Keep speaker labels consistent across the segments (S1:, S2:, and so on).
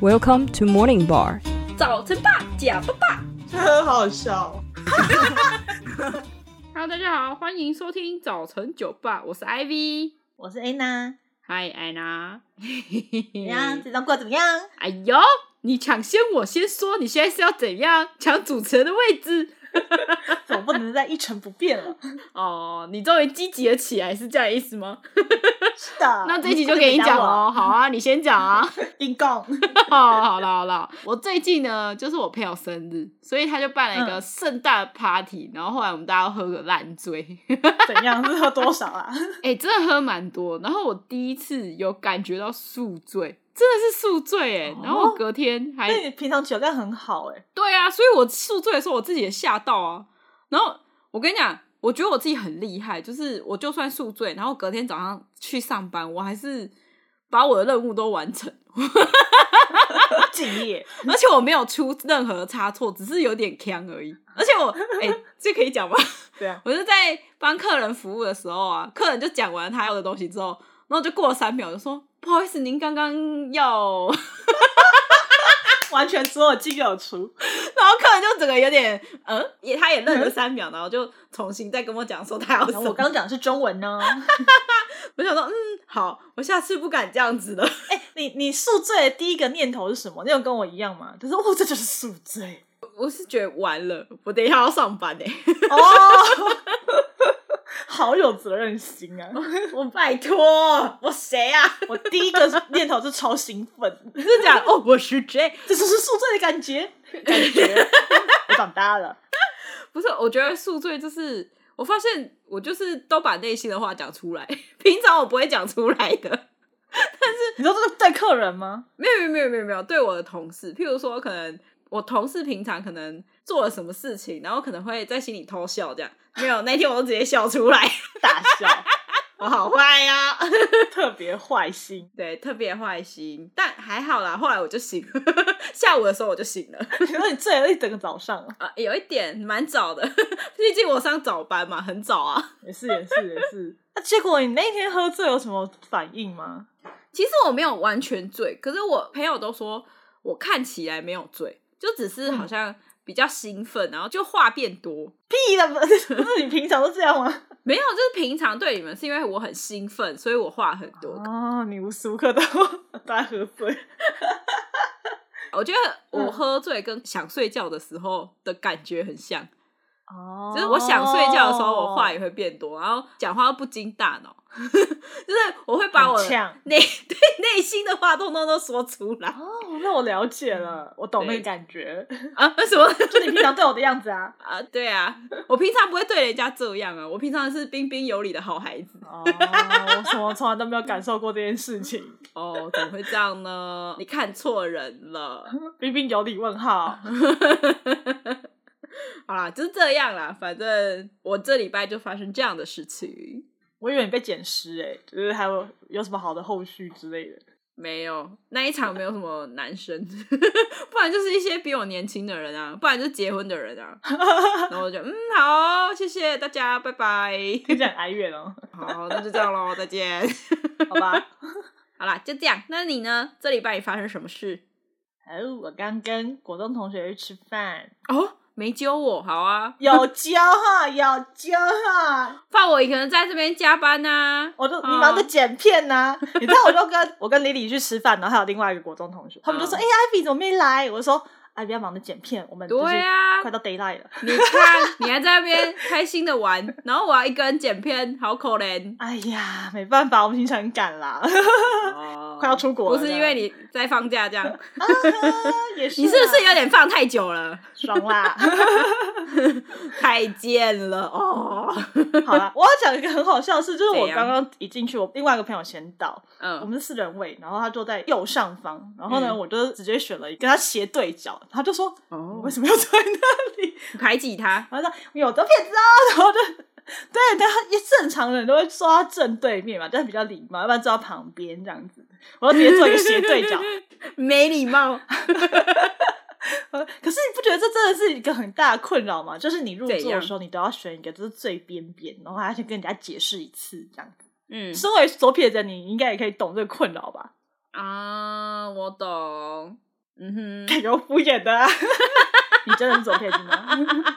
S1: Welcome to Morning Bar。
S2: 早晨吧，假爸爸。
S3: 很好笑。
S2: Hello，大家好，欢迎收听早晨酒吧，我是 IV。
S4: 我是
S2: 嗯
S4: Anna，
S2: 嗨，安 娜。
S4: 怎样？这张过得怎么样？
S2: 哎呦，你抢先我先说，你现在是要怎样抢主持人的位置？
S4: 总不能再一成不变 了。
S2: 哦，你终于积极了起来，是这样的意思吗？
S4: 是的，
S2: 那这一集就给你讲
S4: 了。
S2: 哦。好啊，你先讲啊。
S4: 丁杠，
S2: 好了好了，我最近呢，就是我朋友生日，所以他就办了一个
S4: 嗯
S2: 盛大的 party，、然后后来我们大家都喝个烂醉。
S4: 怎样？是喝多 少啊？
S2: 哎、真的喝蛮多。然后我第一次有感觉到宿醉，真的是宿醉哎、
S4: 哦
S2: 然后我隔天还
S4: 那你平常酒量很好哎、
S2: 对啊，所以我宿醉的时候我自己也吓到啊。然后我跟你讲，我觉得我自己很厉害，就是我就算宿醉，然后隔天早上去上班，我还是把我的任务都完成，
S4: 敬 业。
S2: 而且我没有出任何差错，只是有点呛而已。而且我哎、这可以讲吗？
S4: 对啊，
S2: 我就在帮客人服务的时候啊，客人就讲完他要的东西之后，然后就过了三秒，就说不好意思，您刚刚要，
S4: 完全所有精有出，
S2: 然后客人就整个有点嗯，也他也愣了三秒，然后就重新再跟我讲说他 要什
S4: 然后我
S2: 么。
S4: 刚讲的是中文呢。
S2: 我想说嗯，好，我下次不敢这样子了。
S4: 哎、你你宿醉的第一个念头是什么？你有跟我一样吗？就是哦，这就是宿 醉
S2: 我是觉得完了，我等一下要上班欸呢、
S4: 哦， 好有责任心啊！
S2: 我拜托，我谁啊？
S4: 我第一个念头是超兴奋，
S2: 就这样哦，我是 J，
S4: 这就是宿醉的感觉， 感觉我长大了。
S2: 不是，我觉得宿醉就是我发现我就是都把内心的话讲出来，平常我不会讲出来的。
S4: 你说这是对客人吗？
S2: 没有没有没有没有，对我的同事，譬如说，可能我同事平常可能做了什么事情，然后可能会在心里偷笑这样。没有，那天我都直接笑出来，
S4: 大笑，
S2: 我好坏呀、
S4: 啊 特别坏心。
S2: 对，特别坏心，但还好啦。后来我就醒了， 下午的时候我就醒了，
S4: 然后你醉了一整个早上啊，
S2: 啊，有一点蛮早的， 毕竟我上早班嘛，很早啊。
S4: 也是也是也是。那、结果你那天喝醉有什么反应吗？
S2: 其实我没有完全醉，可是我朋友都说我看起来没有醉，就只是好像比较兴奋，然后就话变多。
S4: 屁的，不是不是你平常都这样吗？
S2: 没有，就是平常对你们是因为我很兴奋，所以我话很多。
S4: 哦，你无时无刻都都在喝醉，
S2: 我觉得我
S4: 嗯
S2: 喝醉跟想睡觉的时候的感觉很像，
S4: 哦
S2: 就是我想睡觉的时候，我话也会变多，然后讲话又不经大脑， 就是我会把我
S4: 很呛
S2: 内对内心的话通通都说出来
S4: 哦，那我了解了，我懂那
S2: 对
S4: 个感觉，
S2: 啊？为什么
S4: 就你平常对我的 样子啊。
S2: 啊？对啊，我平常不会对人家这样啊，我平常是彬彬有礼的好孩子。
S4: 哦，我什么从来都没有感受过这件 事情，
S2: 哦，怎么会这样呢？你看错人了。
S4: 彬彬有礼问号。
S2: 好啦，就是这样啦。反正我这礼拜就发生这样的事情，
S4: 我以为你被捡尸哎，就是还有有什么好的后续之类的。
S2: 没有那一场没有什么男生， 不然就是一些比我年轻的人啊，不然就是结婚的人啊。然后我就嗯好哦，谢谢大家，拜拜。
S4: 听起来很哀怨 哦，
S2: 好，那就这样喽，再见。
S4: 好吧。
S2: 好啦，就这样。那你呢？这礼拜你发生什么事？
S4: 哦，我刚跟国栋同学去吃饭，
S2: 哦，没揪我，好啊，
S4: 有教哈，有教哈，
S2: 放我一个人在这边加班呐、
S4: 我就
S2: 啊
S4: 你忙着剪片 呐、你知道我就跟我跟李李去吃饭，然后还有另外一个国中同学，他们就说：“
S2: 嗯
S4: 哎、艾比怎么没来？”我就说：“艾比要忙着剪片，我们就是
S2: 对啊
S4: 快到 d a y l i g h t 了。
S2: 你看，你还在那边开心的玩，然后我要一个人剪片，好可怜”。
S4: 哎呀，没办法，我们行程很赶啦，
S2: 哦
S4: 快要出国
S2: 不
S4: 了。
S2: 是因为你在放假这样，
S4: 这样，啊哈也是啊
S2: 你是不是有点放太久了？
S4: 爽 啦？
S2: 太贱了哦。
S4: 好啦，我要讲一个很好笑的事，就是
S2: 怎
S4: 我
S2: 样
S4: 刚刚一进去，我另外一个朋友先到，我
S2: 嗯，
S4: 们是四人位，然后他坐在右上方，然后呢，
S2: 嗯
S4: 我就直接选了一个跟他斜对角，他就说：“你
S2: 哦
S4: 为，什么要坐在那 里
S2: 排挤他？”，
S4: 然后他说：“有的骗子啊！” 然后就对，但他一正常人都会坐他正对面嘛，但是比较礼貌，要不然坐他旁边这样子。我就直接做一个斜对角，
S2: 没礼貌。
S4: 呃可是你不觉得这真的是一个很大的困扰吗？就是你入
S2: 怎
S4: 座
S2: 样
S4: 的时候，你都要选一个就是最边边，然后还要先跟人家解释一次这样子。
S2: 嗯
S4: 身为左撇子，你应该也可以懂这个困扰吧？
S2: 啊，我懂。嗯哼，
S4: 感觉我敷衍的、啊。 你真的是左撇子吗？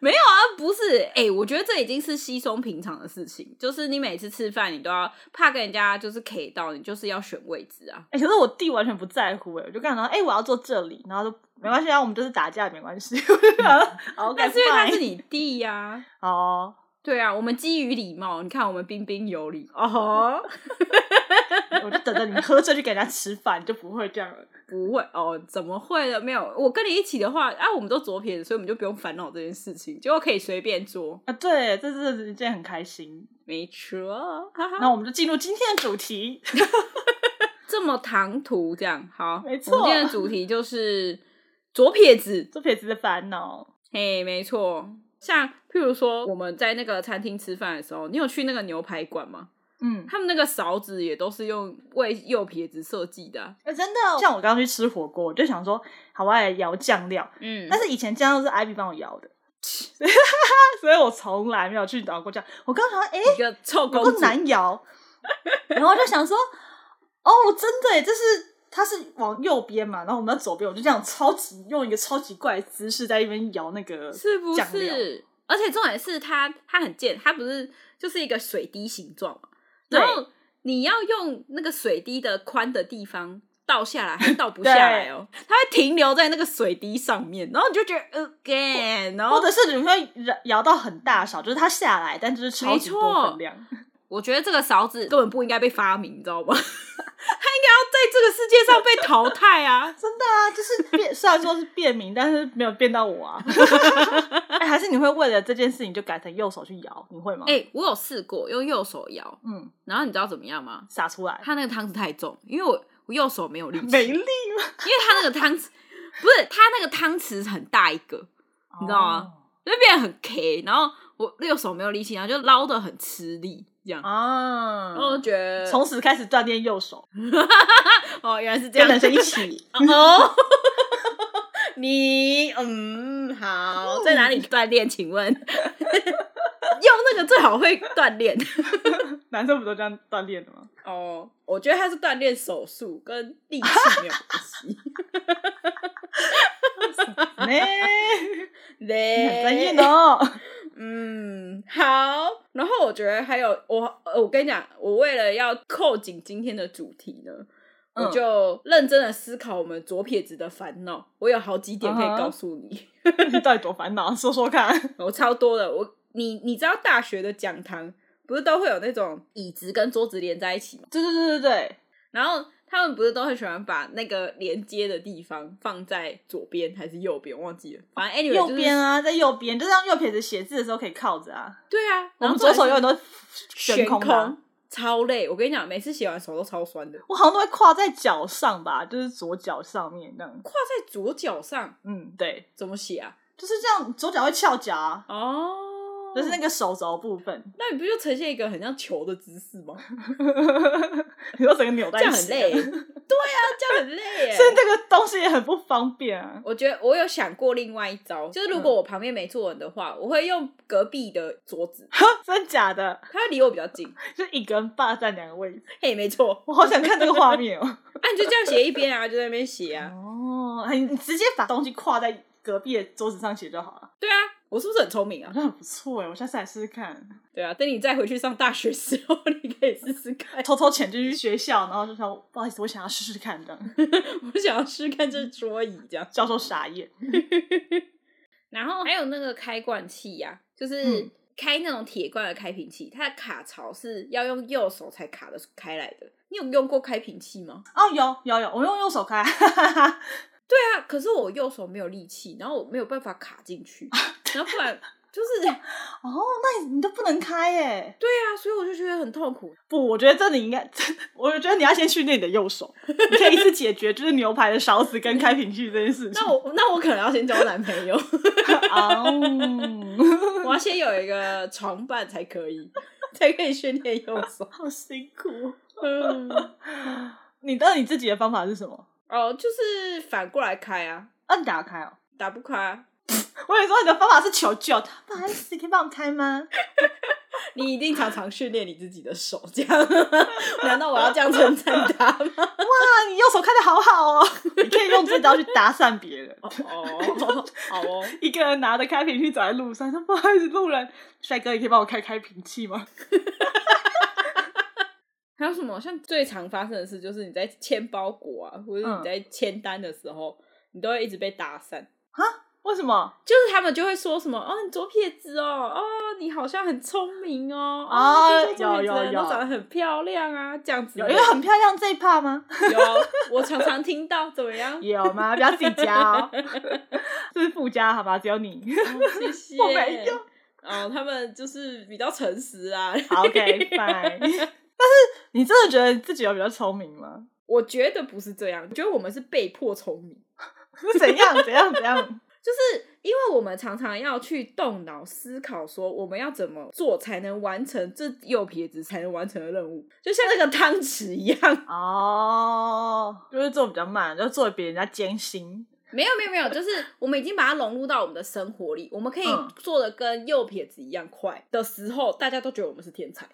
S2: 没有啊，不是，哎、我觉得这已经是稀松平常的事情，就是你每次吃饭，你都要怕跟人家就是 K 到，你就是要选位置啊。
S4: 哎、可是我弟完全不在乎哎、我就跟他说，哎、我要坐这里，然后他说没关系啊，我们就是打架也没关系。 我就想说，OK，
S2: 嗯但是因为他
S4: fine
S2: 是你弟呀、
S4: 哦
S2: 对啊，我们基于礼貌，你看我们彬彬有礼，
S4: 哦吼，我就等着你喝醉去给人家吃饭，你就不会这样了。
S2: 不会哦，怎么会的？没有，我跟你一起的话，啊，我们都左撇子，所以我们就不用烦恼这件事情，就可以随便做。
S4: 啊，对，这是一件很开心。
S2: 没错，哈哈，
S4: 那我们就进入今天的主题。
S2: 这么唐突，这样好。
S4: 没错
S2: 我们今天的主题就是左撇子。
S4: 左撇子的烦恼。
S2: 嘿，没错。像譬如说，我们在那个餐厅吃饭的时候，你有去那个牛排馆吗？
S4: 嗯，
S2: 他们那个勺子也都是用为右撇子设计的啊、
S4: 真的，像我刚刚去吃火锅，我就想说，好，啊哎我也摇酱料。
S2: 嗯
S4: 但是以前酱料是艾比帮我摇的， 所以我从来没有去摇过酱。我刚想说，哎、
S2: 一个臭
S4: 有
S2: 公
S4: 够
S2: 主，
S4: 难摇，然后我就想说，哦，真的耶，这是它是往右边嘛，然后我们要左边，我就这样超级用一个超级怪的姿势在一边摇那个
S2: 是不
S4: 酱料
S2: 是？而且重点是它，它很贱，它不是就是一个水滴形状嘛？
S4: 对
S2: 然后你要用那个水滴的宽的地方倒下来，还倒 不下来哦，它会停留在那个水滴上面，然后你就觉得 again，然后
S4: 或者是你会摇摇到很大勺，就是它下来，但就是超级
S2: 没
S4: 多
S2: 错
S4: 分量。
S2: 我觉得这个勺子根本不应该被发明，你知道吗？它应该要 在这个世界上被淘汰 啊！
S4: 真的啊，就是变，虽然说是便民，但是没有变 到我啊。哎、还是你会为了这件事情就改成右手去摇，你会吗？
S2: 哎、我有试过用右手摇，
S4: 嗯，
S2: 然后你知道怎么样吗？
S4: 撒出 来，
S2: 它那个汤匙太重，因为我我右手没有力气，
S4: 没力吗？
S2: 因为它那个汤匙不是它那个汤匙很大一个，
S4: 哦
S2: 你知道吗就变得很 K，然后我右手没有力气，然后就捞的很吃力，这样，
S4: 哦？啊，
S2: 然后我觉得
S4: 从此开始锻炼右手，
S2: 哦原来是这样，
S4: 跟人生一起。
S2: 哦，你嗯好，在哪里锻炼？请问，用那个最好会锻炼
S4: 男生不都这样锻炼的 吗？
S2: 哦。我觉得它是锻炼手速跟力气没有关 系。
S4: 没，你很
S2: 嘞
S4: 专业哦。
S2: 嗯，好。然后我觉得还有我，呃我跟你讲，我为了要扣紧今天的主题呢，
S4: 嗯
S2: 我就认真的思考我们左撇子的烦恼。我有好几点可以
S4: 嗯哼
S2: 告诉你。
S4: 你到底多烦恼？说说看。
S2: 我超多的。我你你知道大学的讲堂不是都会有那种椅子跟桌子连在一起吗？
S4: 对对对对对，
S2: 然后他们不是都很喜欢把那个连接的地方放在左边还是右边？忘记了，反正 anyway
S4: 右
S2: 就是
S4: 边啊，在右边，就是让右撇子写字的时候可以靠着啊。
S2: 对啊，
S4: 我
S2: 然后
S4: 们左手右手都
S2: 悬
S4: 悬空的啊。
S2: 超累。我跟你讲，每次写完手都超酸的，
S4: 我好像都会跨在脚上吧，就是左脚上面这样。
S2: 跨在左脚上
S4: 嗯，对，
S2: 怎么写啊？
S4: 就是这样，左脚会翘脚啊，
S2: 哦，
S4: 就是那个手肘部分。
S2: 那你不就呈现一个很像球的姿势吗？
S4: 你说整个扭在
S2: 这
S4: 一
S2: 样很
S4: 起啊，
S2: 累，对啊，这样很累耶。
S4: 所以那个东西也很不方便啊。
S2: 我觉得我有想过另外一招，就是如果我旁边没坐人的话，我会用隔壁的桌子，
S4: 真假的，
S2: 他会离我比较近。
S4: 就一个人霸占两个位置，
S2: 嘿，没错，
S4: 我好想看这个画面哦。
S2: 啊，你就这样写一边啊，就在那边写啊。
S4: 哦，哎你直接把东西跨在隔壁的桌子上写就好了，
S2: 对啊，我是不是很聪明
S4: 好
S2: 啊？
S4: 像很不错哎，我下次来试试看。
S2: 对啊，等你再回去上大学时候， 你可以试试看。
S4: 偷偷潜进去学校，然后就说不好意思，我想要试试看这样。
S2: 我想要试试看这桌椅这样。
S4: 教授傻眼，
S2: 然后还有那个开罐器呀、就是
S4: 嗯
S2: 开那种铁罐的开瓶器，它的卡槽是要用右手才卡得开来的。你有用过开瓶器吗？
S4: 哦，有有有，我用右手开， 哦
S2: 对啊，可是我右手没有力气，然后我没有办法卡进去，然后不 然就是对啊，
S4: 哦，那你你都不能开哎。
S2: 所以我就觉得很痛苦。
S4: 不，我觉得这里应该，我觉得你要先训练你的右手，你可以一次解决就是牛排的勺子跟开瓶器这件事情。
S2: 那我那我可能要先交男朋 友，
S4: 啊 哦，
S2: 我要先有一个床伴才可以， 才可以训练右手。
S4: 好辛苦。哦
S2: 嗯，
S4: 你那你自己的方法是什么？
S2: 哦，就是反过来开啊，
S4: 按打开哦。
S2: 打不开啊、
S4: 我有时候你的方法是求救，不好意思，可以帮我开吗？啊
S1: 你一定常常训练你自己的手，这样？ 难道我要这样称赞他 吗？
S4: 哇，你右手开的好好哦，你可以用这招去搭讪别人。
S1: 哦，好 哦，
S4: 一个人拿着开瓶器走在路上，说：“不好意思，路人帅哥，你可以帮我开开瓶器吗
S1: 还有什么像最常发生的事，就是你在签包裹啊，或者是
S4: 嗯
S1: 你在签单的时候，你都会一直被搭讪。？”
S4: 为什么？
S1: 就是他们就会说什么哦，你左撇子哦，哦，你好像很聪明哦，
S4: 哦
S1: 哦，这些左撇子的人
S4: 有有有
S1: 都长得很漂亮啊，这样子
S4: 有
S1: 的
S4: 因为很漂亮这一趴吗？
S1: 有，我常常听到怎么样？
S4: 有吗？不要自己加哦， 这是附加好吧？只有你。
S1: 哦谢谢，
S4: 我没有
S1: 哦，他们就是比较诚实啊。
S4: 好 OK fine。但是你真的觉得自己有比较聪明吗？
S1: 我觉得不是这样，我觉得我们是被迫聪明，
S4: 是怎样怎样怎样？
S1: 就是因为我们常常要去动脑思考，说我们要怎么做才能完成这右撇子才能完成的任务，就像那个汤匙一样。
S4: 哦，就是做比较慢，就做得比人家艰辛。
S1: 没有没有没有，就是我们已经把它融入到我们的生活里，我们可以
S4: 嗯
S1: 做的跟右撇子一样快的时候，大家都觉得我们是天才。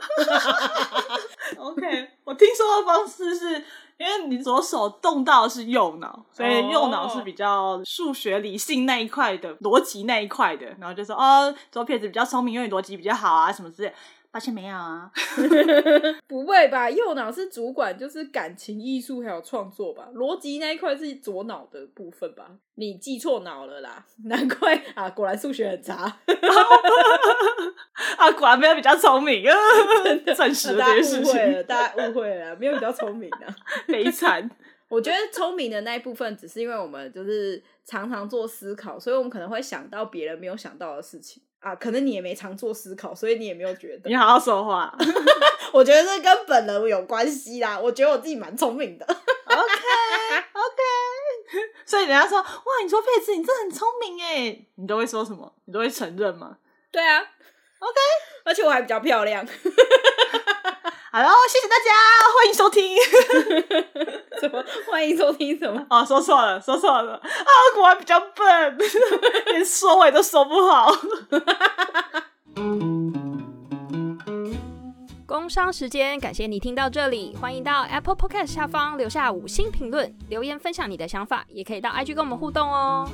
S4: OK，我听说的方式是因为你左手动到的是右脑，所以右脑是比较数学理性那一块的，逻辑那一块的，然后就说哦，左撇子比较聪明，因为你逻辑比较好啊，什么之类。抱歉，没有啊。
S1: 不会吧？右脑是主管，就是感情、艺术还有创作吧？逻辑那一块是左脑的部分吧？你记错脑了啦， 难怪啊，果然数学很 差，
S4: 啊，果然没有比较聪明，呃 证实了
S1: 大
S4: 这件
S1: 家误
S4: 事
S1: 会了，
S4: 情，
S1: 大家误会了啦，没有比较聪明啊。
S4: 悲惨。
S1: 我觉得聪明的那一部分，只是因为我们就是常常做思考，所以我们可能会想到别人没有想到的事情啊。可能你也没常做思考，所以你也没有觉得
S4: 你。好好说话。
S1: 我觉得这跟本人有关系啦。我觉得我自己蛮聪明的，
S4: 所以人家说哇，你说佩子，你真的很聪明哎，你都会说什么？你都会承认吗？
S1: 对啊，OK，而且我还比较漂亮，
S4: 好喽，谢谢大家，欢迎收听。
S1: 什么欢迎收听什么？
S4: 哦，说错了，说错了。啊，果然比较笨， 连收尾都收不好。
S3: 工商时间，感谢你听到这里，欢迎到 Apple Podcast 下方留下五星评论，留言分享你的想法，也可以到 IG 跟我们互动哦。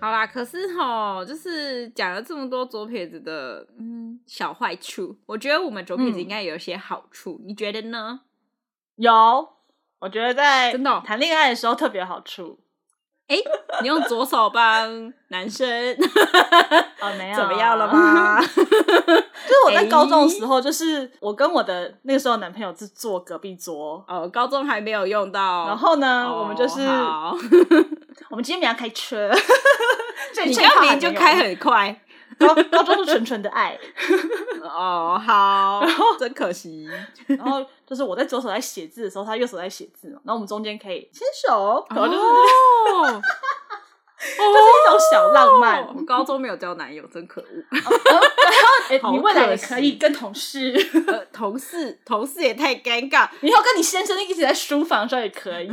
S2: 好啦，可是吼，就是讲了这么多左撇子的嗯小坏处，我觉得我们左撇子
S4: 嗯
S2: 应该有一些好处，你觉得呢？
S4: 有，我觉得在
S2: 真的哦
S4: 谈恋爱的时候特别有好处。
S2: 哎、你用左手帮男 生啊
S4: 哦，没有
S2: 怎么 样了 吗？
S4: 就是我在高中的时候，就是我跟我的那个时候的男朋友是坐隔壁桌，
S2: 哦，高中还没有用到，
S4: 然后呢，
S2: 哦
S4: 我们就是
S2: 好
S4: 我们今天没有开车， 这
S2: 你
S4: 这
S2: 这
S4: 一趴
S2: 样
S4: 还
S2: 明就
S4: 没有
S2: 开很 快
S4: 高高中是纯纯的爱，
S2: 哦，好，真可惜
S4: 然后就是我在左手在写字的时候，他右手在写字嘛，然后我们中间可以牵手， 然后就是、
S2: 哦。
S4: 就是一种小浪漫。
S2: 我高中没有交男友，真可 恶。
S4: 哎
S2: 好
S4: 你未来
S2: 可
S4: 也
S2: 惜
S4: 可以跟同事，
S2: 呃，同事，同事也太尴尬。
S4: 以后跟你先生一起在书房的时候也 可以。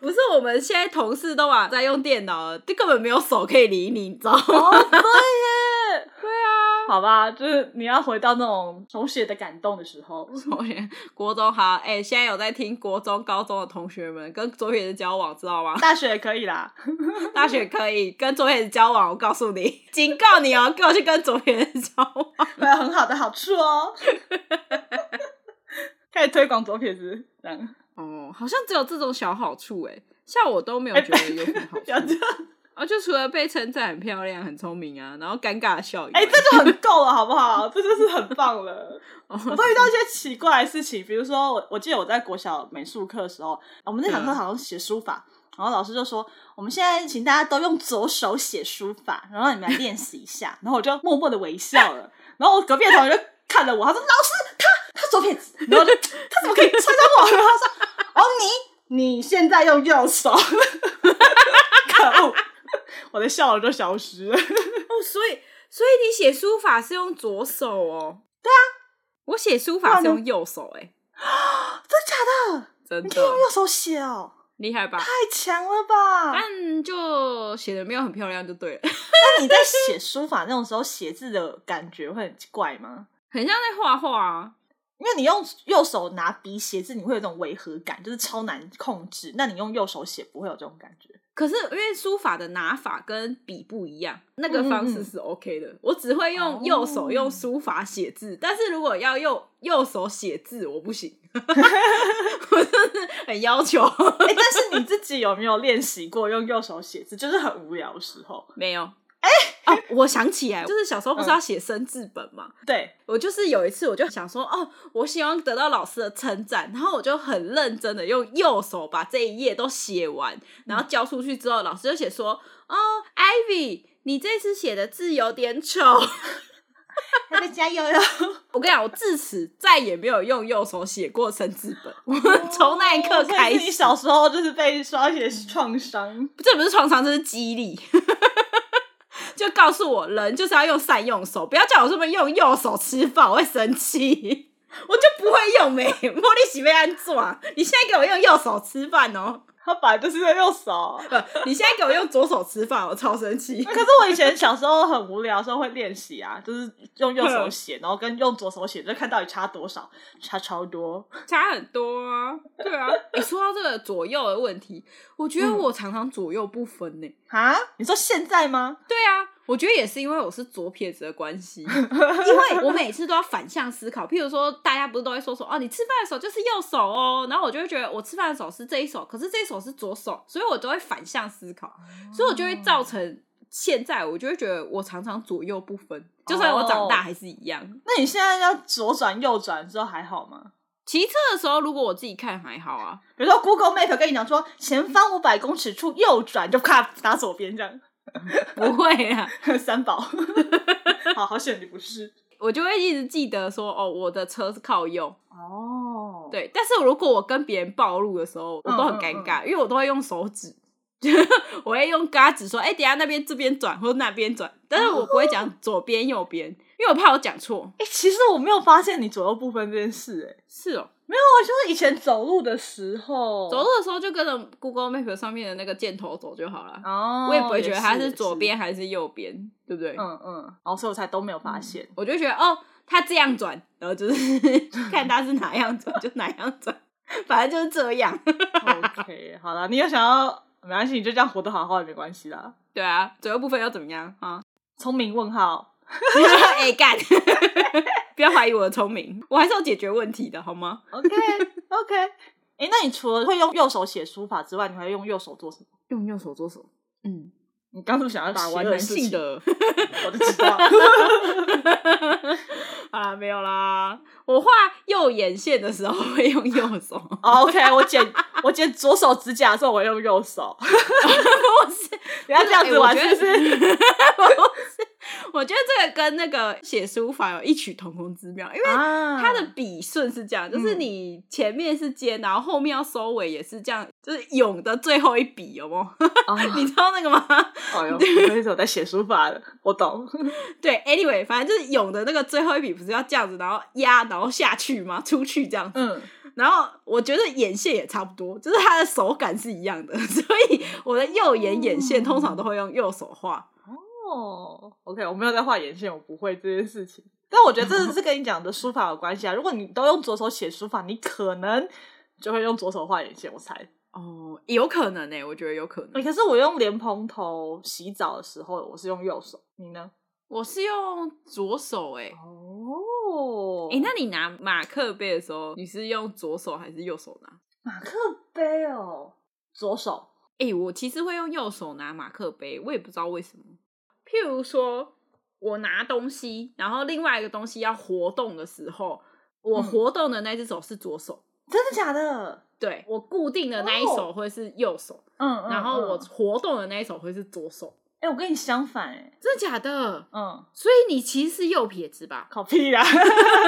S2: 不是，我们现在同事都啊在用电脑了，就根本没有手可以理你，你知道吗？
S4: 哦，对耶，对啊，好吧，就是你要回到那种同学的感动的时候。
S2: 同学，国中好，哎、现在有在听国中、高中的同学们跟左撇子交往，知道 吗？
S4: 大学也可以啦，
S2: 大学可以跟左撇子交往，我告诉你，警告你哦，给我去跟左撇子交往。
S4: 会有很好的好处哦。 开始推广左撇子，这样
S2: 哦，好像只有这种小好处哎，像我都没有觉得 有什么好
S4: 不要
S2: 处
S4: 这样，
S2: 啊，就除了被称赞很漂亮、很聪明啊，然后尴尬的笑以外。
S4: 哎、这就很够了，好不好？这就是很棒 了。我
S2: 哦
S4: 都遇到一些奇怪的事情，比如说我我记得我在国小美术课的时候，我们那堂课
S2: 嗯
S4: 好像写书法，然后老师就说我们现在请大家都用左手写书法，然后你们来练习一下，然后我就默默的微笑了，然后我隔壁的同学就看了我，他说老师他他左撇子，然后就他怎么可以称赞我？然后他说哦你你现在用右手， 可恶，我的笑容就消失了。
S2: 哦，所以所以你写书法是用左手哦？对啊，我写书法是用右手、欸，哎，
S4: 真假的？
S2: 真
S4: 你可以用
S2: 的，
S4: 右手写哦？
S2: 厉害吧？
S4: 太强了吧！
S2: 但就写的没有很漂亮，就对了，
S4: 那你在写书法那种时候写字的感觉会很怪吗？
S2: 很像在画画啊。
S4: 因为你用右手拿笔写字，你会有一种违和感，就是超难控制。那你用右手写不会有这种感觉。
S2: 可是因为书法的拿法跟笔不一样，那个方
S4: 嗯嗯哦
S2: 式
S4: 嗯
S2: 是 OK 的。我只会用右手用书法写字，但是如果要用右手写字，我不 行，我真的很要求。
S4: 哎、但是你自己有没有练习过用右手写字？就是很无聊的时候。
S2: 没有，哎、哦，我想起来，就是小时候
S4: 嗯
S2: 不是要写生字本嘛，
S4: 对，
S2: 我就是有一次，我就想说，哦，我希望得到老师的称赞，然后我就很认真的用右手把这一页都写完，然后
S4: 嗯
S2: 交出去之后，老师就写说，哦，Ivy，你这次写的字有点丑。
S4: 大家加油 哟！
S2: 我跟你讲，我自此再也没有用右手写过生字本，我从那一刻开
S4: 哦所以
S2: 始，
S4: 是你小时候就是被刷写创伤。
S2: 这不是创伤，这是激励。 就告诉我，人就是要用善用手，不要叫我这么用右手吃饭，我会生气。我就不会用没，茉莉喜被安抓。你现在给我用右手吃饭哦，
S4: 他本来就是在右手。啊
S2: 不，你现在给我用左手吃饭，我超生气
S4: 可。是我以前小时候很无聊的时候会练习啊，就是用右手写，然后跟用左手写，就看到底差多少，差超多。
S2: 差很多啊，对啊。你、说到这个左右的问题，我觉得我常常左右不分呢、
S4: 啊？你说现在吗？
S2: 对啊，我觉得也是因为我是左撇子的关系， 因为我每次都要反向思考。譬如说，大家不是都会说说哦，你吃饭的手就是右手哦，然后我就会觉得我吃饭的手是这一手，可是这一手是左手，所以我都会反向思考，所以我就会造成现在我就会觉得我常常左右不分，就算我长大还是一样。
S4: 那你现在要左转右转之后还好吗？
S2: 骑车的时候，如果我自己看还好啊，
S4: 比如说 Google Map 跟你讲说前方五百公尺处右转，就咔打左边这样，
S2: 不会啊。
S4: 三宝。 好好险你不是
S2: 我就会一直记得说，哦，我的车是靠右，
S4: 哦，
S2: 对，但是如果我跟别人暴露的时候，我都很尴尬，因为我都会用手指， 我会用嘎指说，哎、等一下那边这边转或者那边转，但是我不会讲左边右边，因为我怕我讲错。
S4: 哎、其实我没有发现你左右不分这件事、哎，
S2: 是哦，
S4: 我就是以前走路的时候，
S2: 走路的时候就跟着 Google Map 上面的那个箭头走就好了。
S4: 哦，
S2: 我也不会觉得它
S4: 也
S2: 是左
S4: 也
S2: 边还是右边，对不对？
S4: 嗯嗯，然后所以我才都没有发现。
S2: 我就觉得哦，它这样转，然后就是 看它是哪样转就哪样转，反正就是这样。
S4: OK，好了，你有想要没关系，你就这样活得好好也没关系啦。
S2: 对啊，左右部分又怎么样啊？
S4: 聪明问号，
S2: 哎干！不要怀疑我的聪明，我还是要解决问题的，好吗？
S4: OK OK，哎、 诶那你除了会用右手写书法之外，你还会用右手做什么？
S2: 用右手做手，嗯，
S4: 你刚是不是想要
S2: 把
S4: 打
S2: 玩
S4: 完
S2: 男性
S4: 的
S2: 的。
S4: 事情， 我就知道。
S2: 好啦，没有啦。我画右眼线的时候会用右手，
S4: 哦 OK，我剪我剪左手指甲的时候，我用右手。
S2: 不是
S4: 你要这样子玩
S2: 哎
S4: 是不是？
S2: 我觉得不是我觉得这个跟那个写书法有异曲同工之妙，因为
S4: 啊
S2: 它的笔顺是这样，就是你前面是尖，然后后面要收尾也是这样，就是涌的最后一笔，有没有？
S4: 哦
S2: 你知道那个吗？
S4: 哎呦，我那时候在写书法的，我懂。
S2: 对，anyway，反正就是涌的那个最后一笔不是要这样子，然后压，然后下去吗？出去这样子。
S4: 嗯，
S2: 然后我觉得眼线也差不多，就是它的手感是一样的， 所以我的右眼眼线通常都会用右手画。
S4: 哦，OK，我没有在画眼线，我不会这件事情。但我觉得这是跟你讲的书法有关系啊。如果你都用左手写书法，你可能就会用左手画眼线，我猜。
S2: 哦，有可能呢、我觉得有可
S4: 欸
S2: 能。
S4: 可是我用莲蓬头洗澡的时候，我是用右手，你呢？
S2: 我是用左手哎、欸。
S4: 哦
S2: 哎、那你拿马克杯的时候，你是用左手还是右手拿？
S4: 马克杯哦，左手。
S2: 哎、我其实会用右手拿马克杯，我也不知道为什么。譬如说，我拿东西，然后另外一个东西要活动的时候，我
S4: 嗯
S2: 活动的那只手是左手，
S4: 真的假的？
S2: 对我固定的那一手会是右手，
S4: 嗯，嗯
S2: 然后我
S4: 嗯
S2: 活动的那一手会是左手，
S4: 哎、我跟你相反哎、
S2: 真的假的？
S4: 嗯，
S2: 所以你其实是右撇子吧？
S4: 考屁啦！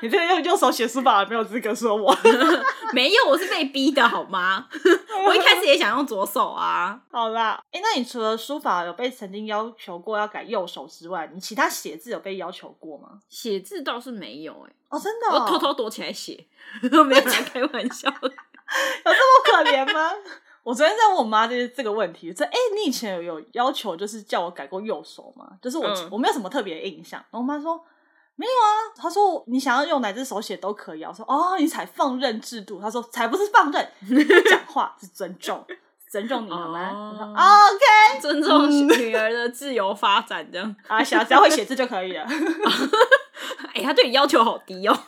S4: 你这个用右手写书法，没有资格说我。
S2: 没有，我是被逼的好吗？ 我一开始也想用左手啊。
S4: 好啦，哎、那你除了书法有被曾经要求过要改右手之外，你其他写字有被要求过吗？
S2: 写字倒是没有哎、
S4: 哦，真的、
S2: 我偷偷躲起来写，没有在开玩笑的。
S4: 有这么可怜吗？ 我昨天在问我妈这这个问题，这哎、你以前有有要求就是叫我改过右手吗？就是我、
S2: 嗯
S4: 我没有什么特别的印象。然后我妈说没有啊，她说你想要用哪只手写都可以啊。我说哦，你采放任制度，她说才不是放 任，讲话是尊重，尊重你好吗？
S2: 哦
S4: 我说 OK
S2: 尊重女儿的自由发展，这样。
S4: 啊，小只要会写字就可以了，
S2: 哎、他对你要求好低哦。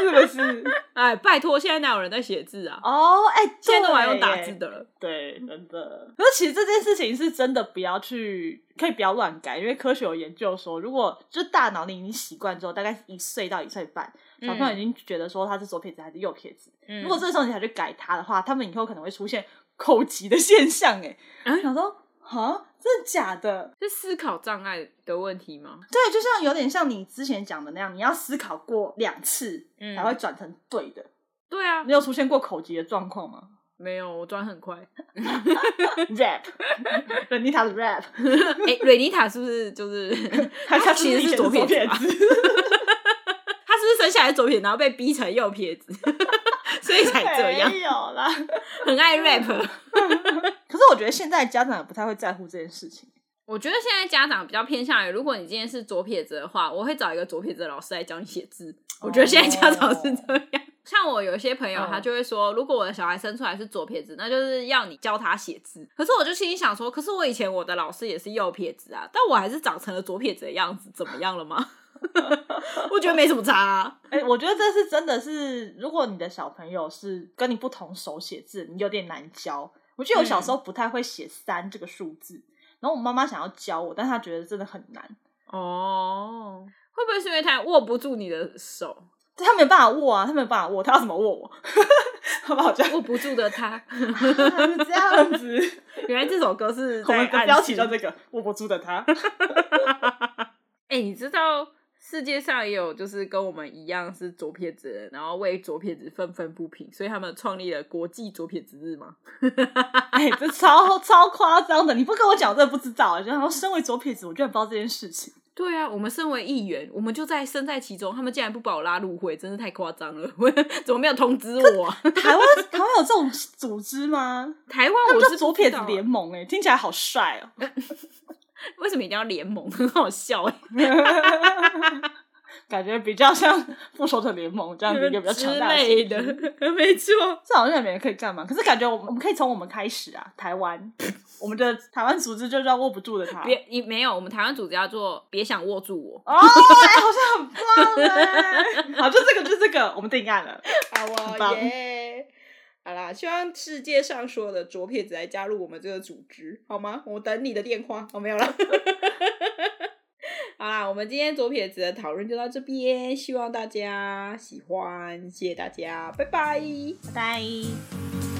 S4: 是不是？
S2: 哎，拜托，现在哪有人在写字啊？
S4: 哦，哎、
S2: 现在都还
S4: 对
S2: 用打
S4: 耶
S2: 字的了。
S4: 对，真的。可是其实这件事情是真的，不要去，可以不要乱改，因为科学有研究说，如果就是大脑你已经习惯之后，大概一岁到一岁半，小朋友已经觉得说他是左撇子还是右撇子，
S2: 嗯
S4: 如果这时候你才去改它的话，他们以后可能会出现口疾的现象。哎、
S2: 啊
S4: 想说啊，真的假的？
S2: 是思考障碍的问题吗？
S4: 对，就像有点像你之前讲的那样，你要思考过两次
S2: 嗯
S4: 才会转成对的。
S2: 对啊，
S4: 你有出现过口疾的状况吗
S2: 没有，我转很快。
S4: ？rap，人 i 塔的 rap。
S2: 哎、瑞妮塔是不是就是
S4: 他
S2: 她
S4: 他
S2: 其实
S4: 是
S2: 是
S4: 左
S2: 左撇
S4: 撇
S2: 子吧？啊
S4: 子，
S2: 她是不是生下来是左撇子，然后被逼成右撇子， 所以才这样
S4: 没？有啦。
S2: 很爱 rap。
S4: 可是我觉得现在家长也不太会在乎这件事 情。
S2: 我觉得现在家长比较偏向于，如果你今天是左撇子的话，我会找一个左撇子的老师来教你写字。我觉得现在家长是这样。 像我有一些朋友
S4: 嗯，
S2: 他就会说，如果我的小孩生出来是左撇子，那就是要你教他写字。可是我就心里想说，可是我以前我的老师也是右撇子啊，但我还是长成了左撇子的样子，怎么样了吗？ 我觉得没什么差、 啊。
S4: 哎、我觉得这是真的是，如果你的小朋友是跟你不同手写字，你有点难教。我记得我小时候不太会写三这个数字，然后我妈妈想要教我，但她觉得真的很难，
S2: 哦，会不会是因为他握不住你的手，
S4: 她没办法握啊，她没办法握，她要怎么握我？ 好吧，好像
S2: 握不住的他？
S4: 是这样子。
S2: 原来这首歌是
S4: 我
S2: 在
S4: 们的
S2: 暗
S4: 标
S2: 示
S4: 题叫 这个，握不住的她。
S2: 哎、你知道世界上也有就是跟我们一样是左撇子的人，然后为左撇子愤愤不平，所以他们创立了国际左撇子日吗？
S4: 哎、这超超夸张的！你不跟我讲，我真的不知道。啊就好像身为左撇子，我居然不知道这件事情。
S2: 对啊，我们身为议员，我们就在身在其中，他们竟然不把我拉入会，真是太夸张了！ 我怎么没有通知我、啊？
S4: 台湾台湾有这种组织吗？
S2: 台湾
S4: 他
S2: 我
S4: 们
S2: 是
S4: 叫
S2: 不
S4: 左撇
S2: 知
S4: 子
S2: 道啊
S4: 联盟、哎，听起来好帅哦、
S2: 为什么一定要联盟？ 很好笑哎、
S4: 感觉比较像复仇者联盟这样子一个比较强
S2: 之
S4: 大的
S2: 类
S4: 组织
S2: 的。， 没错。
S4: 这好像也没人可以干嘛。可是感觉我们我们可以从我们开始啊，台湾， 我们的台湾组织就叫握不住的他。
S2: 别你没有，我们台湾组织叫做“别想握住我
S4: 哦，哎、好像很棒哎、 好，就这个，就这个，我们定案了。
S1: 好
S4: 很
S1: 啊，
S4: 棒
S1: 耶！好啦，希望世界上所有的左撇子来加入我们这个组织，好吗？我等你的电话。哦，没有啦。 好啦，我们今天左撇子的讨论就到这边，希望大家喜欢，谢谢大家，拜拜。
S4: 拜拜。